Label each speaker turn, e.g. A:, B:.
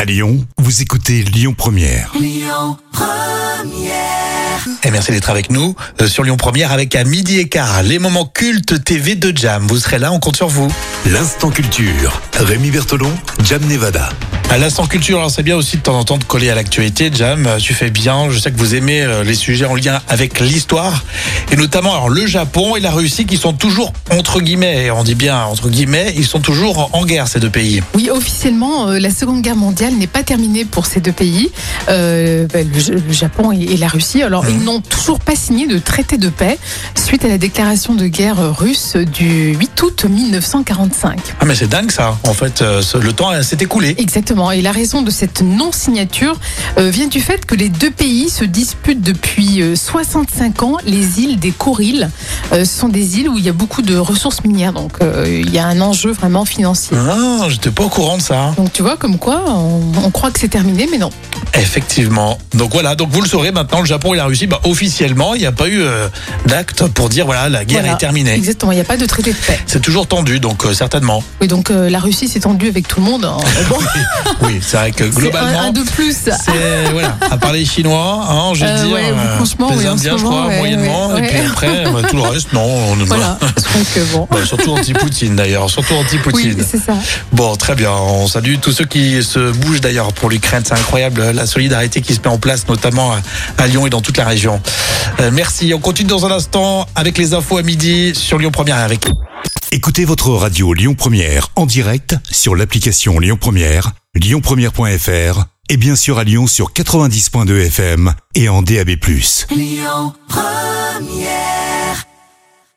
A: À Lyon, vous écoutez Lyon Première.
B: Et merci d'être avec nous euh, sur Lyon Première avec à midi et quart les moments cultes TV de Jam. Vous serez là, on compte sur vous.
A: L'instant culture. Rémi Bertolon, Jam Nevada.
B: À l'instant culture, alors c'est bien aussi de temps en temps de coller à l'actualité. Jam, euh, tu fais bien. Je sais que vous aimez euh, les sujets en lien avec l'histoire et notamment alors le Japon et la Russie qui sont toujours entre guillemets, et on dit bien entre guillemets, ils sont toujours en en guerre ces deux pays.
C: Oui, officiellement, euh, la Seconde Guerre mondiale n'est pas terminée pour ces deux pays, euh, ben, le, J- le Japon et, et la Russie. Alors, ils n'ont toujours pas signé de traité de paix suite à la déclaration de guerre euh, russe du 8 août 1945.
B: Ah mais c'est dingue ça. En fait, euh, ce- le temps euh, s'est écoulé.
C: Exactement. Et la raison de cette non-signature euh, vient du fait que les deux pays se disputent depuis euh, 65 ans les îles des Kuriles. Euh, ce sont des îles où il y a beaucoup de ressources minières, donc euh, il y a un enjeu vraiment financier.
B: Ah, j'étais pas au courant de ça.
C: Donc tu vois, comme quoi, on, on croit que c'est terminé, mais non.
B: Effectivement. Donc voilà, donc vous le saurez maintenant, le Japon et la Russie, bah, officiellement, il n'y a pas eu euh, d'acte pour dire voilà, la guerre
C: Voilà.
B: est terminée.
C: Exactement, il n'y a pas de traité de paix.
B: C'est toujours tendu, donc euh, certainement.
C: Oui, donc euh, la Russie s'est tendue avec tout le monde. hein. Bon,
B: Oui, c'est vrai que
C: c'est un, un
B: globalement.
C: de plus.
B: C'est voilà, à part les Chinois, hein, je veux
C: Euh,
B: dire,
C: ouais,
B: euh,
C: franchement,
B: les
C: oui, en ce
B: Indiens, je
C: moment,
B: crois,
C: ouais,
B: moyennement,
C: ouais,
B: et puis
C: ouais.
B: après bah, tout le reste, non, on ne
C: Voilà, donc euh, bon.
B: Bah, surtout anti-Poutine d'ailleurs, surtout
C: Oui,
B: anti-Poutine.
C: c'est ça.
B: Bon, très bien. On salue tous ceux qui se bougent d'ailleurs pour l'Ukraine. C'est incroyable euh, la solidarité qui se met en place, notamment à- à Lyon et dans toute la région. Euh, merci. On continue dans un instant avec les infos à midi sur Lyon Première avec.
A: Écoutez votre radio Lyon Première en direct sur l'application Lyon Première, lyonpremière.fr et bien sûr à Lyon sur 90.2 FM et en DAB+.